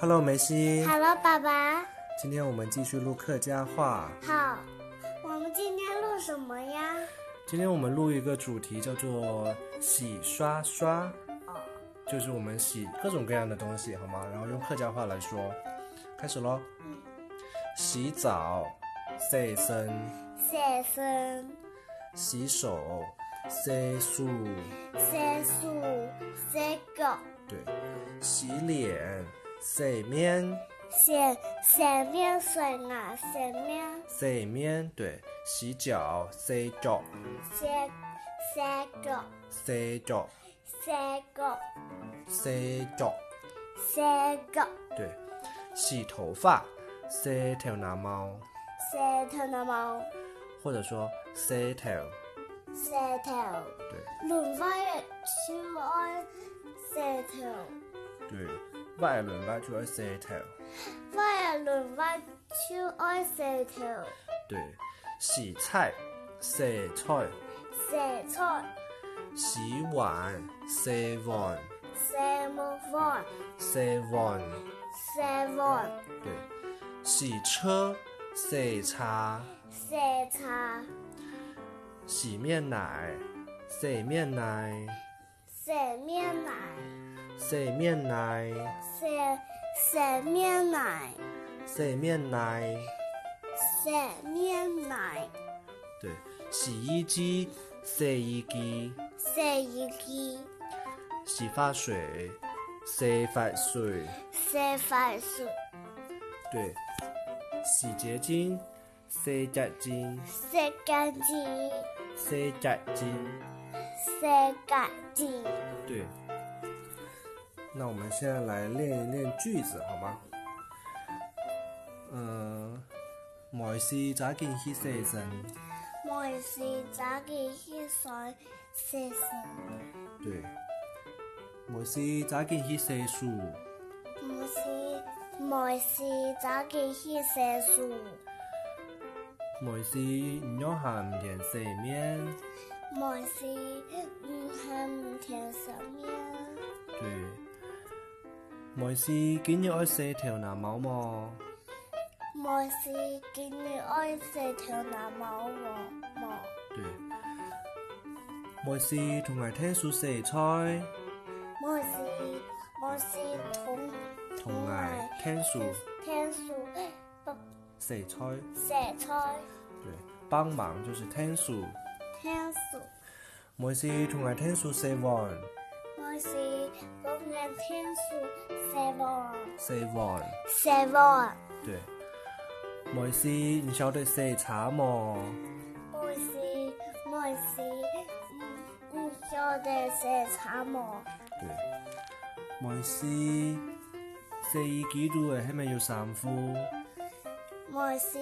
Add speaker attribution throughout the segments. Speaker 1: Hello，梅西。
Speaker 2: Hello，爸爸。
Speaker 1: 今天我们继续录客家话。
Speaker 2: 好，我们今天录什么呀？
Speaker 1: 今天我们录一个主题叫做“洗刷刷”，就是我们洗各种各样的东西，好吗？然后用客家话来说，开始喽。洗澡，洗身；
Speaker 2: 洗身、
Speaker 1: 洗手，洗漱；
Speaker 2: 洗漱、洗脚、
Speaker 1: 对，洗脸，洗面，
Speaker 2: 洗洗面水啊，洗面、
Speaker 1: 洗面，对，洗脚，洗脚，
Speaker 2: 洗洗脚、
Speaker 1: 洗脚，
Speaker 2: 洗脚、
Speaker 1: 洗脚。
Speaker 2: 洗脚、
Speaker 1: 对，洗头发，洗头拿猫，
Speaker 2: 洗头的毛、
Speaker 1: 或者说洗头，
Speaker 2: 洗头。
Speaker 1: 对
Speaker 2: 轮番也去爱洗头，
Speaker 1: 对，外轮外就要洗头，
Speaker 2: 我也轮番去爱洗头，
Speaker 1: 对，洗菜，洗菜，
Speaker 2: 洗菜、
Speaker 1: 洗碗，洗碗，
Speaker 2: 洗木饭、
Speaker 1: 洗碗，
Speaker 2: 洗碗。
Speaker 1: 对，洗车，洗车，
Speaker 2: 洗茶、
Speaker 1: 洗面奶，洗面奶，
Speaker 2: 洗面奶、
Speaker 1: 洗面奶，
Speaker 2: 洗洗面奶、
Speaker 1: 洗面奶，
Speaker 2: 洗面奶、
Speaker 1: 对，洗衣机，洗衣机。
Speaker 2: 洗衣机、
Speaker 1: 洗发水，洗发水，
Speaker 2: 洗发水、
Speaker 1: 对，洗洁精，洗洁精，
Speaker 2: 洗干净、
Speaker 1: 洗洁精，
Speaker 2: 洗干净。
Speaker 1: 对。那我们现在来练一练句子好吗？嗯、呃，外事找件去洗身，
Speaker 2: 每事找件去水洗洗，
Speaker 1: 对。外事找件去洗漱，
Speaker 2: 每事每事找件去洗漱，
Speaker 1: 外事唔要咸甜洗面，
Speaker 2: 每事唔肯唔听什么。
Speaker 1: 对。外事今日要洗条男毛毛。
Speaker 2: 我是今日爱食条南毛王毛，
Speaker 1: 对，每次同埋聽數食菜，
Speaker 2: 我是我是同
Speaker 1: 同埋聽數
Speaker 2: 天数不
Speaker 1: 食菜，
Speaker 2: 食菜
Speaker 1: 對，幫忙就是聽數。
Speaker 2: 天数，
Speaker 1: 每次同埋聽數食飯，
Speaker 2: 我是公园天数食王
Speaker 1: 食飯，
Speaker 2: 食王，
Speaker 1: 對。每次唔曉得食茶麼？
Speaker 2: 我是我是唔唔晓得食茶毛，
Speaker 1: 對。每次食衣幾度嘅係咪要衫褲？
Speaker 2: 我是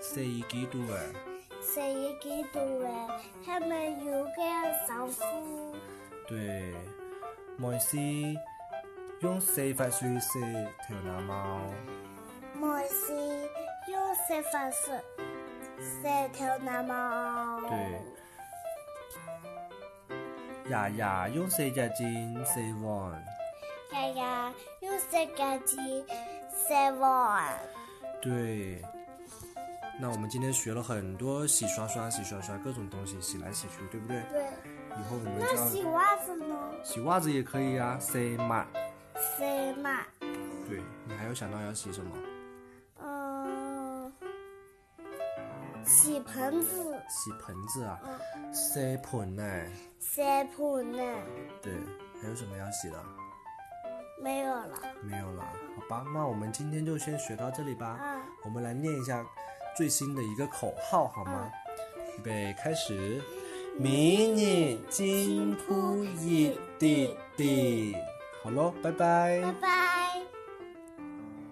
Speaker 1: 食衣幾度嘅？
Speaker 2: 食嘢几度嘅，系咪要嘅手夫？
Speaker 1: 對。每次用洗髮水洗條男毛。
Speaker 2: 我是用洗发水洗头那毛，
Speaker 1: 对，牙牙用四只尖四环，
Speaker 2: 爷爷用洗干净洗碗，
Speaker 1: 对。那我们今天学了很多洗刷刷、洗刷刷各种东西，洗来洗去，对不对？
Speaker 2: 对，
Speaker 1: 以后你们
Speaker 2: 那
Speaker 1: 就要
Speaker 2: 洗袜子呢？
Speaker 1: 洗袜子也可以啊，洗嘛。
Speaker 2: 洗嘛，
Speaker 1: 对，你还有想到要洗什么？
Speaker 2: 嗯，洗盆子，
Speaker 1: 洗盆子啊，洗盆呢、
Speaker 2: 洗盆呢？
Speaker 1: 对，还有什么要洗的？
Speaker 2: 没有了，
Speaker 1: 没有了，好吧，那我们今天就先学到这里吧。
Speaker 2: 嗯
Speaker 1: 我们来念一下最新的一个口号，好吗？
Speaker 2: 嗯
Speaker 1: 预备，开始。明日金铺一地地，好喽，拜拜
Speaker 2: 拜拜。